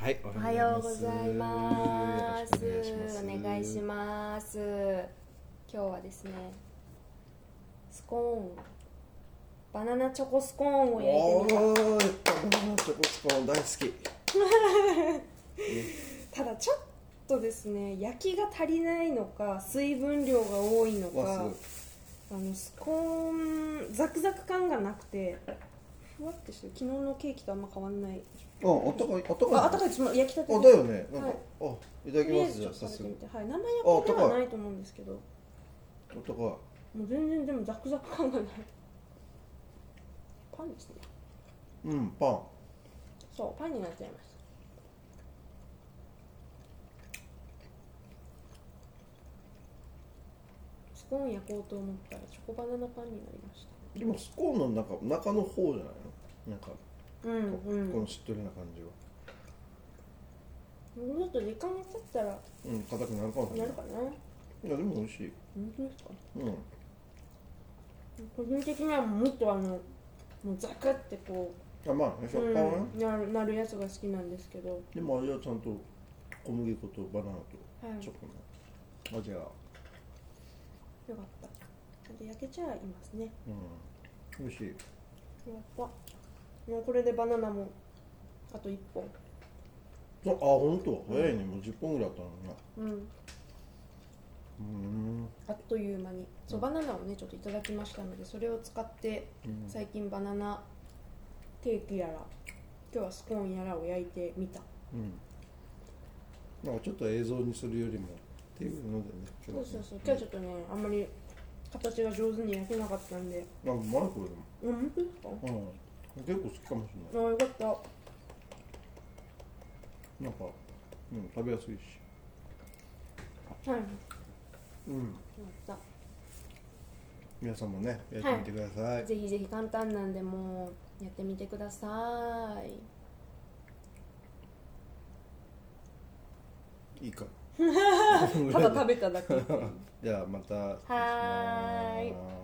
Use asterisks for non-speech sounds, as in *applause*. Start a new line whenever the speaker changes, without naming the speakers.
はい、お
おはようございます
よろしく
お願いし
す。
ます今日はですねスコーンバナナチョコスコーンを焼いてみ
おお、やったな、チョコスコーン大好き。
たただちょっとですね焼きが足りないのか水分量が多いの
わ、す
かあのスコーンザクザク感がなくてふわってしてる昨日のケーキとあんま変わんない
ごい。あ、あったかい、あったかい。
ああったかいです焼きたて
あだよね。なんか、
はい
あ、いただきます
ち
じ
ょ
ゃあ早
っと食べ
速
てみ。てはい生焼きで
ああっ
は
たかい
ないと思うんですけど
あったか
もう全然でもザクザク感がないパンですね
い。うん、パン。
そうパンになっちゃいますスコーン焼こうと思ったらチョコバナナパンになりまし
でもスコーンの中、中の方じゃないの？なんか、
たうん
こ
う
のしっとりな感じは。
んもうちょっと時間が経ったら
うん、硬くなるかもしれな
なる
い。
かない
やでも美味しい。
本当ですか
うん。
個人的にはもっとあのもうザクってこ
あ、まあね、
う、う
食パンはね。
ん、なるなるやつが好きなんですけど、
でも味はちゃんと小麦粉とバナナと
はい、
チョ
よ
コの味が、
かったちゃんと焼けちゃいますね
うん、美味しい。
やっぱもうこれでバナナもあと1本
あ、あ本当早いね。もう10本ぐらいあったのにな。
うん
うん。
あっという間にそ
う
う
ん
バナナをねちょっといただきましたのでそれを使って
うん
最近バナナケーキやら今日はスコーンやらを焼いてみた
うん。なんかちょっと映像にするよりもっていうのでね。
そうそうそう
今
今日は
日
ちょっとねあんまり形が上手に焼けなかったんで
は。あ、うまいこれで
うん本当ですか
も。うん。結構好きかもし
あよかった
れない。なんか、うん、食べやすいし。
はい、よ
うん。
かっ
皆さんもね、やってみてくださ
た。
い。
ぜひぜひ簡単なんでもうやってみてください。
い、い
*laughs*
か。 *laughs*
ただ食べただけ。
じゃあまた失礼します。
はーい